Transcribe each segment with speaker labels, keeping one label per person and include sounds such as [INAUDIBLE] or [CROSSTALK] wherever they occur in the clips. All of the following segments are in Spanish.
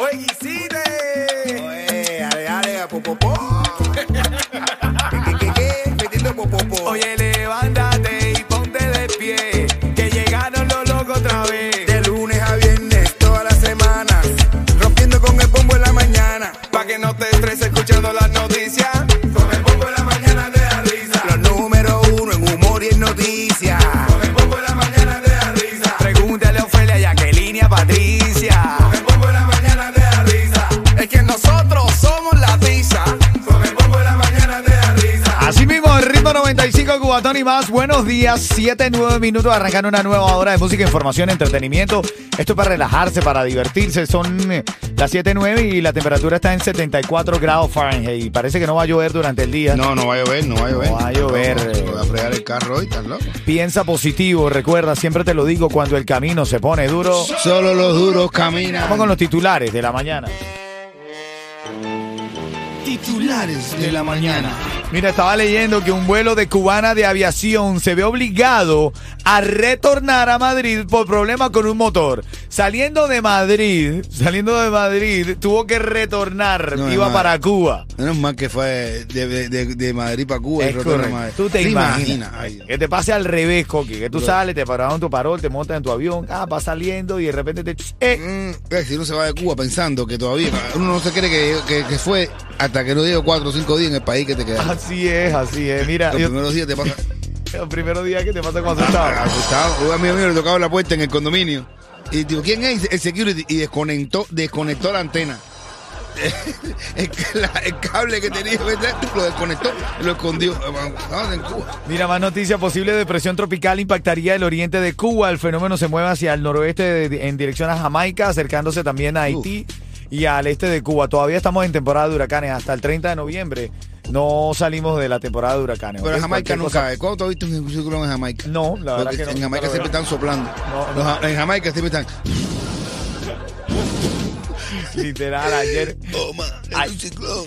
Speaker 1: Hoy hiciste.
Speaker 2: Oye, ale, ale, popopó. ¿Qué, qué, qué? Metiendo popopó.
Speaker 1: Oye, levántate y ponte de pie. Que llegaron los locos otra vez.
Speaker 2: De lunes a viernes, todas las semanas. Rompiendo con el pombo en la mañana.
Speaker 1: Pa' que no te estreses escuchando las noticias. Con el bombo en la mañana te da risa.
Speaker 2: Los número uno en humor y en noticias.
Speaker 1: Con el bombo en la mañana te da risa.
Speaker 3: Pregúntale a Ofelia, Jacqueline y a Patricia.
Speaker 1: Con el bombo en la mañana te da risa.
Speaker 2: Es que nosotros somos la tiza.
Speaker 1: Con el bombo en la mañana te da risa.
Speaker 3: Así mismo, ritmo 95 Cubatón y más. Buenos días, 7, 9 minutos. Arrancando una nueva hora de música, información, entretenimiento. Esto es para relajarse, para divertirse. Son eh, las 7, 9 y la temperatura está en 74 grados Fahrenheit. Parece que no va a llover durante el día.
Speaker 4: No, no va a llover, no va a llover.
Speaker 3: va a llover.
Speaker 4: No, voy a fregar el carro hoy, ¿estás loco?
Speaker 3: Piensa positivo, recuerda, siempre te lo digo, cuando el camino se pone duro.
Speaker 4: Solo los duros caminan.
Speaker 3: Vamos con los titulares de la mañana.
Speaker 4: titulares de la mañana.
Speaker 3: Mira, estaba leyendo que un vuelo de cubana de aviación se ve obligado a retornar a Madrid por problemas con un motor. Saliendo de Madrid, saliendo de Madrid, tuvo que retornar,
Speaker 4: No,
Speaker 3: iba
Speaker 4: no.
Speaker 3: para Cuba.
Speaker 4: Menos mal que fue de, de- de- de Madrid para Cuba. y
Speaker 3: Es
Speaker 4: retorno a
Speaker 3: correcto.
Speaker 4: Madrid.
Speaker 3: Tú te, imaginas.
Speaker 4: Ay, Dios.
Speaker 3: que te pase al revés, Coqui. Que tú sales, te pararon tu parol, te montas en tu avión, ah, vas saliendo y de repente te... eh,
Speaker 4: Mm, eh, si uno se va de Cuba pensando que todavía uno no se cree que, que- que fue hasta que no dio cuatro o cinco días en el país que te quedaste.
Speaker 3: Así es, así es. Mira,
Speaker 4: Los
Speaker 3: yo-
Speaker 4: primeros días te pasa
Speaker 3: el primer día que te pasa cuando estaba.
Speaker 4: asustado. Ah, Un amigo mío le tocaba la puerta en el condominio y digo, ¿quién es el security? Y desconectó, desconectó la antena. [LAUGHS] el, la- el cable que tenía, ¿verdad? Lo desconectó, y lo escondió. Estaban en Cuba.
Speaker 3: Mira, más noticias. Posible depresión tropical impactaría el oriente de Cuba. El fenómeno se mueve hacia el noroeste de- en dirección a Jamaica, acercándose también a Haití y al este de Cuba. Todavía estamos en temporada de huracanes. Hasta el 30 de noviembre no salimos de la temporada de huracanes.
Speaker 4: Pero
Speaker 3: ¿ok?
Speaker 4: Jamaica
Speaker 3: Cualquier
Speaker 4: nunca.
Speaker 3: cosa-
Speaker 4: cae. ¿Cuándo tú has visto un ciclón en Jamaica?
Speaker 3: No, la verdad
Speaker 4: Porque
Speaker 3: que no.
Speaker 4: En Jamaica
Speaker 3: Pero
Speaker 4: siempre
Speaker 3: bueno.
Speaker 4: están soplando.
Speaker 3: No,
Speaker 4: Los ja- en Jamaica siempre están.
Speaker 3: [LAUGHS] Literal, ayer,
Speaker 4: Toma,
Speaker 3: Ay.
Speaker 4: es un ciclón.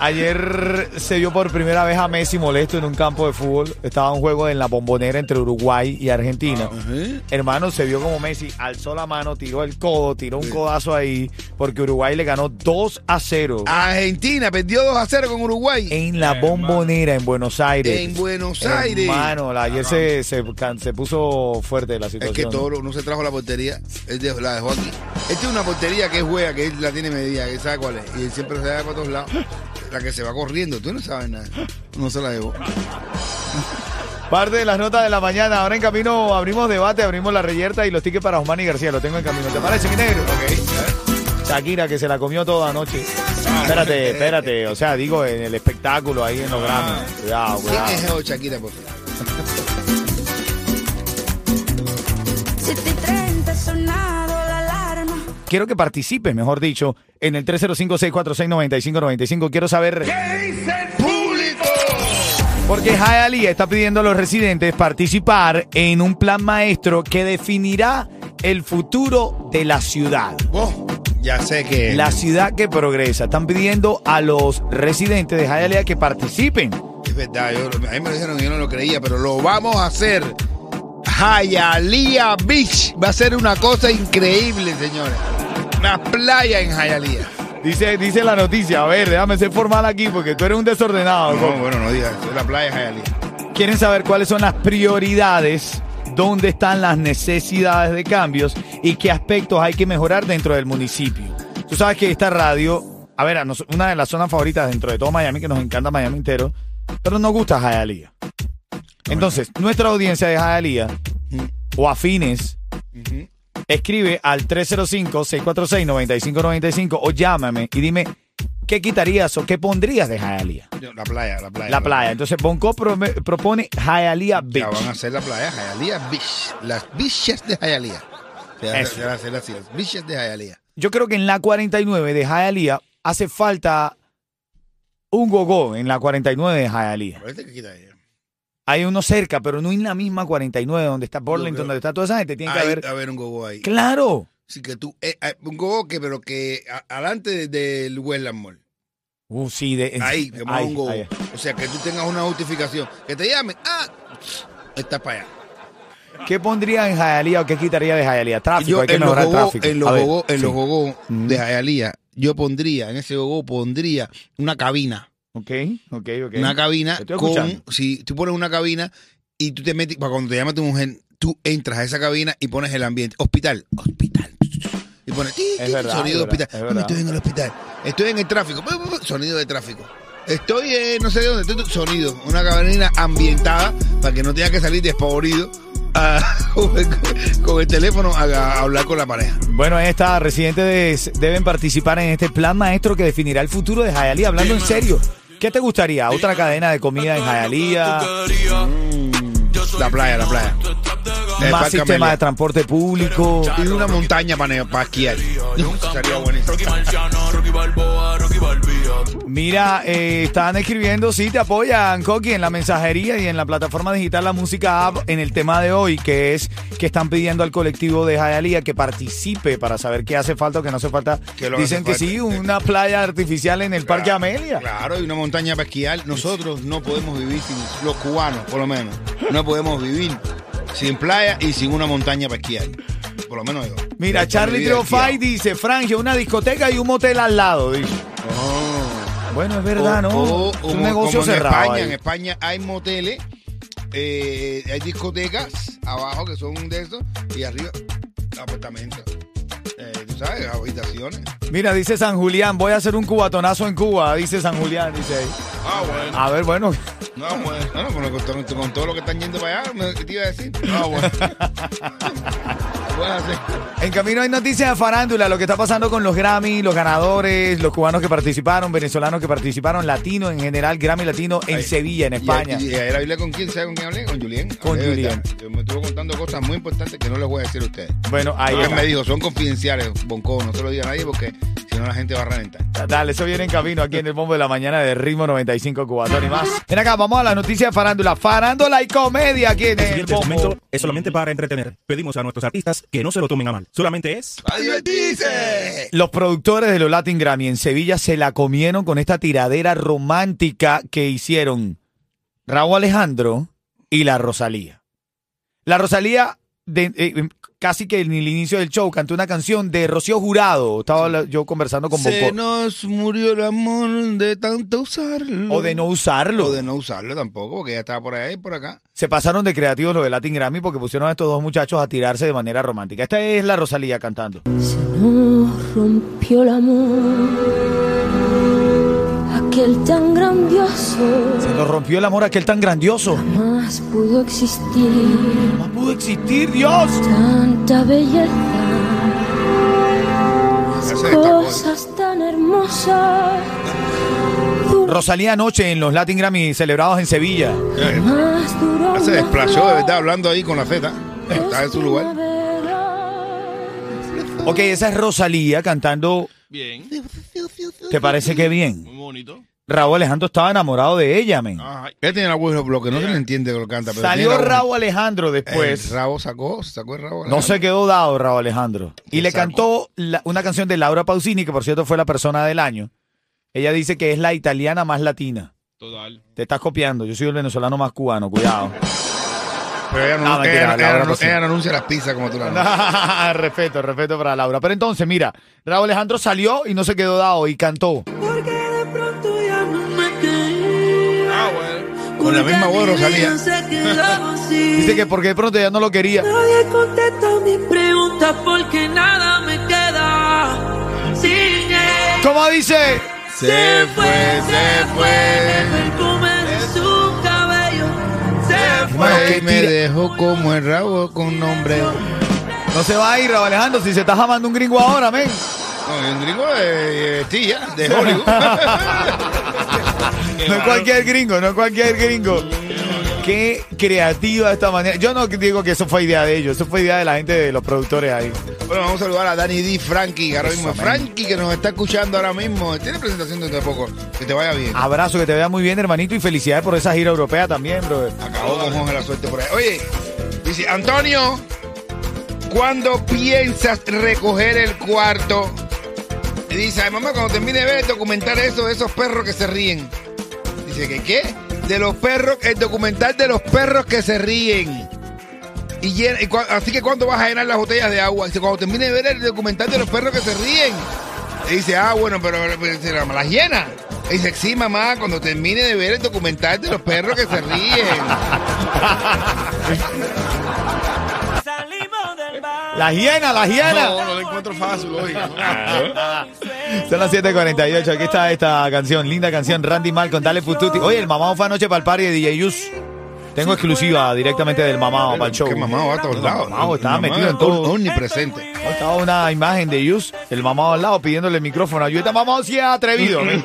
Speaker 3: ayer se vio por primera vez a Messi molesto en un campo de fútbol. Estaba un juego en la bombonera entre Uruguay y Argentina.
Speaker 4: Ajá.
Speaker 3: Hermano, se vio como Messi alzó la mano, tiró el codo, tiró un codazo ahí, porque Uruguay le ganó 2 a 0
Speaker 4: Ah, Argentina perdió 2 a 0 con Uruguay.
Speaker 3: en la bombonera en Buenos Aires.
Speaker 4: En Buenos Aires. Ah,
Speaker 3: Hermano, la- ayer se, se, can- se puso fuerte la
Speaker 4: Es
Speaker 3: situación.
Speaker 4: que todo lo- no se trajo la portería. Él dejó- la dejó aquí. Él tiene una portería que es juega, que él la tiene medida, que él sabe cuál es. Y él siempre se da para todos lados. La que se va corriendo, tú no sabes nada. No se la dejó.
Speaker 3: Parte de las notas de la mañana. Ahora en camino abrimos debate, abrimos la reyerta y los tickets para Osmani García. Lo tengo en camino. ¿Te parece, mi negro? Shakira, que se la comió toda anoche. Espérate, espérate. O sea, digo, en el espectáculo, ahí en los Grammys. Cuidado,
Speaker 4: ¿Quién
Speaker 3: cuidado.
Speaker 4: es Eo Shakira, por favor?
Speaker 5: 7 y 30 ha sonado la alarma.
Speaker 3: Quiero que participes, mejor dicho, en el 305-646-9595. Quiero saber. Porque Hialeah está pidiendo a los residentes participar en un plan maestro que definirá el futuro de la ciudad.
Speaker 4: Vos, ya sé que.
Speaker 3: La ciudad que progresa. Están pidiendo a los residentes de Hialeah que participen.
Speaker 4: Es verdad, yo, a mí me lo dijeron y yo no lo creía, pero lo vamos a hacer. Hialeah Beach va a ser una cosa increíble, señores. Una playa en Hialeah.
Speaker 3: Dice, dice la noticia. A ver, déjame ser formal aquí porque tú eres un desordenado.
Speaker 4: No, bueno, no digas, es la playa en Hialeah.
Speaker 3: Quieren saber cuáles son las prioridades, dónde están las necesidades de cambios y qué aspectos hay que mejorar dentro del municipio. Tú sabes que esta radio, a ver, a nos- una de las zonas favoritas dentro de todo Miami, que nos encanta Miami entero, pero nos gusta Hialeah. Entonces, nuestra audiencia de Hialeah o afines escribe al 305-646-9595 o llámame y dime qué quitarías o qué pondrías de Hialeah.
Speaker 4: Yo, La playa, la playa.
Speaker 3: La playa. Entonces, Bonco prome- propone Hialeah Beach.
Speaker 4: Ya van a hacer la playa Hialeah Beach. Las bichas de Hialeah. Se van a-
Speaker 3: Eso.
Speaker 4: se van a hacer así, las bichas de Hialeah.
Speaker 3: Yo creo que en la 49 de Hialeah hace falta un gogó en la 49 de Hialeah.
Speaker 4: Parece que quita ella.
Speaker 3: Hay uno cerca, pero no en la misma 49 donde está Burlington, donde está toda esa gente. Tiene que
Speaker 4: Hay-
Speaker 3: haber.
Speaker 4: a ver un gogo ahí.
Speaker 3: Claro.
Speaker 4: Sí, que tú, eh, eh, un gogo que, pero que a- adelante del Westland Mall.
Speaker 3: Uh, sí, de,
Speaker 4: Ahí, que más
Speaker 3: ahí,
Speaker 4: un gogo.
Speaker 3: ahí.
Speaker 4: O sea, que tú tengas una justificación. Que te llamen, ah, está para allá.
Speaker 3: ¿Qué pondría en Hialeah o qué quitaría de Hialeah? Tráfico,
Speaker 4: Yo
Speaker 3: Ah, hay que
Speaker 4: en los
Speaker 3: mejorar el
Speaker 4: gogó,
Speaker 3: tráfico.
Speaker 4: en
Speaker 3: A
Speaker 4: los
Speaker 3: ver,
Speaker 4: gogó, en
Speaker 3: sí.
Speaker 4: los gogó
Speaker 3: Mm.
Speaker 4: de Jayalía, yo pondría, en ese gogó pondría una cabina.
Speaker 3: Ok, ok, ok.
Speaker 4: Una cabina
Speaker 3: Te estoy
Speaker 4: con.
Speaker 3: escuchando.
Speaker 4: Si tú pones una cabina y tú te metes. Para cuando te llama tu mujer, tú entras a esa cabina y pones el ambiente. Hospital, hospital. Y pones. ti, ti,
Speaker 3: Es
Speaker 4: ti,
Speaker 3: verdad,
Speaker 4: sonido de
Speaker 3: es verdad,
Speaker 4: hospital.
Speaker 3: es
Speaker 4: Mami,
Speaker 3: verdad.
Speaker 4: estoy en el hospital. Estoy en el tráfico. pu, pu, pu, Sonido de tráfico. Estoy en no sé de dónde. tu, tu, Sonido. Una cabina ambientada para que no tengas que salir despavorido a- [LAUGHS] con, con el teléfono a, a hablar con la pareja.
Speaker 3: Bueno, ahí está. Residentes de- deben participar en este plan maestro que definirá el futuro de Hialeah. Hablando en serio, ¿qué te gustaría? ¿Otra cadena de comida en Hialeah?
Speaker 4: La playa, la playa. El
Speaker 3: ¿Más
Speaker 4: Parque
Speaker 3: sistema
Speaker 4: Amelia.
Speaker 3: de transporte público?
Speaker 4: y una montaña para esquiar. Sería buenísimo.
Speaker 3: Mira, eh, están escribiendo, sí, te apoyan, Coqui, en la mensajería y en la plataforma digital La Música App en el tema de hoy, que es que están pidiendo al colectivo de Jayalía que participe para saber qué hace falta o qué no hace falta.
Speaker 4: ¿Qué lo hace
Speaker 3: Dicen que
Speaker 4: falta?
Speaker 3: sí, una playa artificial en el Parque Amelia.
Speaker 4: Claro, y una montaña para esquiar. Nosotros no podemos vivir sin, los cubanos por lo menos, no podemos vivir sin playa y sin una montaña para esquiar. Por lo menos yo.
Speaker 3: Mira,
Speaker 4: Esta es mi
Speaker 3: Charlie
Speaker 4: vida
Speaker 3: Triofay
Speaker 4: esquiar.
Speaker 3: dice, Frangio, una discoteca y un motel al lado, dice.
Speaker 4: Oh.
Speaker 3: Bueno, es verdad, ¿no?
Speaker 4: O- o-
Speaker 3: Es
Speaker 4: como-
Speaker 3: un negocio
Speaker 4: como en
Speaker 3: cerrado.
Speaker 4: España,
Speaker 3: ahí.
Speaker 4: en España hay moteles, eh, hay discotecas abajo que son de esos y arriba apartamentos. Eh, tú sabes, habitaciones.
Speaker 3: Mira, dice San Julián, voy a hacer un cubatonazo en Cuba, dice San Julián, dice ahí.
Speaker 4: Ah, bueno.
Speaker 3: A ver, bueno, [LAUGHS]
Speaker 4: No,
Speaker 3: pues.
Speaker 4: bueno, Ah, no, con, lo- con- con todo lo que están yendo para allá, me, ¿qué te iba a decir?
Speaker 3: Ah,
Speaker 4: No, bueno. [LAUGHS] Bueno, sí.
Speaker 3: en camino hay noticias de farándula, lo que está pasando con los Grammy, los ganadores, los cubanos que participaron, venezolanos que participaron, latinos en general, Grammy latino en
Speaker 4: Ahí.
Speaker 3: Sevilla, en España.
Speaker 4: Y, y ayer hablé con quién, ¿sabes con quién hablé? Con Julián.
Speaker 3: Con
Speaker 4: Hablé de
Speaker 3: Julián.
Speaker 4: verdad. Yo me estuvo contando cosas muy importantes que no les voy a decir a ustedes.
Speaker 3: Bueno, ahí
Speaker 4: Él
Speaker 3: está.
Speaker 4: me dijo, son confidenciales, Bonco, no se lo diga a nadie porque si no la gente va a reventar.
Speaker 3: Dale, eso viene en camino aquí en el bombo de la mañana de Ritmo 95 Cubatón y más. Ven acá, vamos a las noticias de farándula. Farándula y comedia aquí en este el
Speaker 6: El siguiente
Speaker 3: bombo.
Speaker 6: segmento es solamente para entretener. Pedimos a nuestros artistas que no se lo tomen a mal. Solamente es
Speaker 4: ¡Adiós, dice!
Speaker 3: Los productores de los Latin Grammy en Sevilla se la comieron con esta tiradera romántica que hicieron Raúl Alejandro y la Rosalía. La Rosalía, de- eh, casi que en el inicio del show, cantó una canción de Rocío Jurado. Estaba la- yo conversando con
Speaker 4: Se
Speaker 3: Bonco.
Speaker 4: nos murió el amor de tanto usarlo.
Speaker 3: O de no usarlo.
Speaker 4: O de no usarlo tampoco, porque ya estaba por ahí y por acá.
Speaker 3: Se pasaron de creativos los de Latin Grammy porque pusieron a estos dos muchachos a tirarse de manera romántica. Esta es la Rosalía cantando.
Speaker 7: Nos rompió el amor, aquel tan grandioso,
Speaker 3: Se nos rompió el amor aquel tan grandioso.
Speaker 7: más pudo existir
Speaker 3: No pudo existir, Dios.
Speaker 7: tanta belleza,
Speaker 4: Ya se destapó.
Speaker 7: cosas tan hermosas. Duró
Speaker 3: Rosalía anoche en los Latin Grammy celebrados en Sevilla.
Speaker 4: Eh,
Speaker 7: más duró
Speaker 4: Ya se
Speaker 7: una
Speaker 4: desplazó, de
Speaker 7: flor,
Speaker 4: verdad, hablando ahí con la Z. Está en
Speaker 7: dos
Speaker 4: su lugar.
Speaker 7: primaveras.
Speaker 3: Ok, esa es Rosalía cantando.
Speaker 8: Bien,
Speaker 3: ¿Te parece que bien?
Speaker 8: muy bonito.
Speaker 3: Raúl Alejandro estaba enamorado de ella, men.
Speaker 4: Ajá. Él tiene el abuelo bloque, no se le entiende lo que canta. Ah, Pero
Speaker 3: Salió
Speaker 4: tiene Eh, el abuelo-
Speaker 3: Raúl pues. Alejandro
Speaker 4: El
Speaker 3: después.
Speaker 4: rabo sacó, sacó el rabo.
Speaker 3: No se quedó dado Raúl Alejandro. Y le cantó la- una canción de Laura Pausini, que por cierto fue la persona del año. Ella dice que es la italiana más latina.
Speaker 8: Total.
Speaker 3: Te estás copiando. Yo soy el venezolano más cubano, cuidado. [LAUGHS]
Speaker 4: Pero ella, no,
Speaker 3: Ah, mentira,
Speaker 4: ella-
Speaker 3: la
Speaker 4: ella
Speaker 3: Laura
Speaker 4: no-
Speaker 3: Pausini.
Speaker 4: ella no anuncia las pizzas como tú las anuncias.
Speaker 3: respeto, respeto para Laura. Pero entonces, mira, Raúl Alejandro salió y no se quedó dado y cantó.
Speaker 9: Porque de pronto ya no me quería.
Speaker 8: Ah, bueno.
Speaker 4: Con la misma voz, Rosalía. [LAUGHS]
Speaker 3: Dice
Speaker 9: Dice
Speaker 3: que porque de pronto ella no lo quería.
Speaker 9: Nadie contesta mis preguntas porque nada me queda sin él.
Speaker 3: ¿Cómo dice?
Speaker 4: Se fue, se
Speaker 9: El
Speaker 4: fue.
Speaker 9: perfume de su cabello se fue.
Speaker 3: Bueno,
Speaker 4: Fue
Speaker 3: qué
Speaker 4: y me
Speaker 3: tira-
Speaker 4: dejó como el rabo con nombre.
Speaker 3: No se va a ir, Raúl Alejandro, si se está jamando un gringo ahora, men.
Speaker 4: No, es un gringo de eh, tía, de [LAUGHS] Hollywood.
Speaker 3: No es cualquier gringo, no es cualquier gringo. Qué creativa esta manera. Yo no digo que eso fue idea de ellos, eso fue idea de la gente de los productores ahí.
Speaker 4: Bueno, vamos a saludar a Dani D. Frankie, ahora
Speaker 3: Eso,
Speaker 4: mismo.
Speaker 3: man.
Speaker 4: Frankie, que nos está escuchando ahora mismo. Tiene presentación dentro de poco. Que te vaya bien.
Speaker 3: Abrazo, que te vea muy bien, hermanito, y felicidades por esa gira europea también, brother.
Speaker 4: Acabó con Jorge la suerte por ahí. Oye, dice, Antonio, ¿cuándo piensas recoger el cuarto? Y dice, ay mamá, cuando termine de ver el documental eso de esos perros que se ríen. Dice, ¿qué qué? De los perros, el documental de los perros que se ríen. Y llena- y cua- así que cuando vas a llenar las botellas de agua, dice, cuando termine de ver el documental de los perros que se ríen. Y dice, ah, bueno, pero, pero, pero me las llena. Y dice, sí, mamá, cuando termine de ver el documental de los perros que se ríen.
Speaker 3: La hiena, la hiena.
Speaker 4: No, no lo encuentro fácil, oiga.
Speaker 3: Son las 7.48, aquí está esta canción, linda canción, Randy Malcolm, Dale Fututi. Oye, el mamado fue anoche para el party de DJ Yus. Tengo exclusiva directamente del mamado para el show.
Speaker 4: Que mamado va a todos lados.
Speaker 3: Mamado, estaba
Speaker 4: Mamado
Speaker 3: metido en
Speaker 4: es
Speaker 3: todo.
Speaker 4: Omnipresente.
Speaker 3: Ahí Estaba una imagen de Yus, el mamado al lado, pidiéndole el micrófono. Yo este mamado sí es
Speaker 4: [LAUGHS]
Speaker 3: atrevido. ¿eh?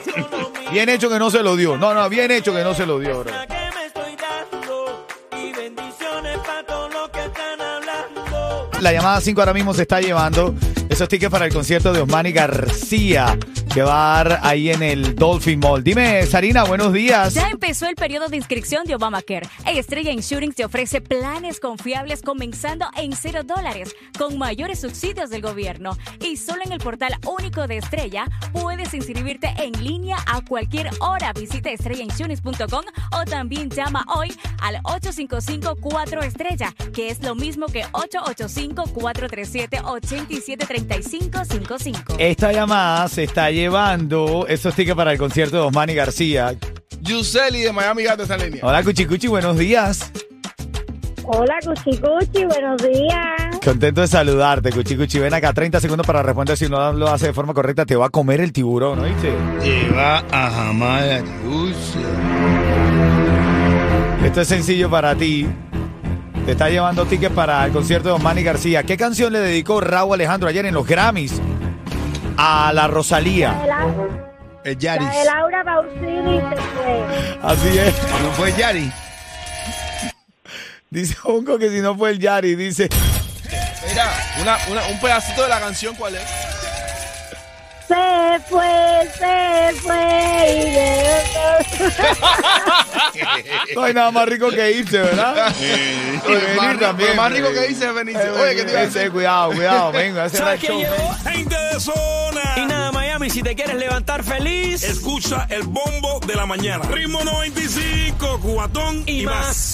Speaker 3: Bien hecho que no se lo dio. No, no, bien hecho que no se lo dio, bro.
Speaker 8: que me estoy dando y bendiciones para todos los que están hablando.
Speaker 3: La llamada 5 ahora mismo se está llevando esos tickets para el concierto de Osmani García, que va a dar ahí en el Dolphin Mall. Dime, Sarina, buenos días.
Speaker 10: Ya empezó el periodo de inscripción de Obamacare. Estrella Insurance te ofrece planes confiables comenzando en cero dólares, con mayores subsidios del gobierno. Y solo en el portal único de Estrella puedes inscribirte en línea a cualquier hora. Visita estrellainsurance.com o también llama hoy al 855-4 Estrella, que es lo mismo que 885-437-873555.
Speaker 3: Esta llamada se está llevando esos tickets para el concierto de Osmani García.
Speaker 11: Yuseli de Miami Gato está en línea.
Speaker 3: Hola, Cuchicuchi, buenos días.
Speaker 7: Hola, Cuchi Cuchi, buenos días.
Speaker 3: Contento de saludarte, Cuchicuchi. Ven acá, 30 segundos para responder. Si no lo hace de forma correcta, te va a comer el tiburón, ¿oíste?
Speaker 4: Lleva a Jamaica. Uy,
Speaker 3: Esto es sencillo para ti. Te está llevando tickets para el concierto de Osmani García. ¿Qué canción le dedicó Raúl Alejandro ayer en los Grammys? A la Rosalía.
Speaker 7: La,
Speaker 4: El
Speaker 7: la
Speaker 4: Yaris.
Speaker 7: de Laura Pausini se fue.
Speaker 3: Así es.
Speaker 4: ¿No fue el Yaris?
Speaker 3: Dice Hongo que si no fue el Yari, dice.
Speaker 11: Mira, una- una- un pedacito de la canción, ¿cuál es?
Speaker 7: Se fue, se fue. y de-
Speaker 3: No hay nada más rico que irse, ¿verdad? Y
Speaker 11: Lo
Speaker 3: venir también,
Speaker 11: más rico
Speaker 3: pero-
Speaker 11: que dice es venirse. [LAUGHS] Oye, ¿qué te iba a decir?
Speaker 3: Ese, Cuidado, cuidado, venga, ese era el show.
Speaker 1: Gente de zona.
Speaker 8: Y nada, Miami, si te quieres levantar feliz
Speaker 1: Escucha el bombo de la mañana. Ritmo 95, cuatón y,
Speaker 8: y más.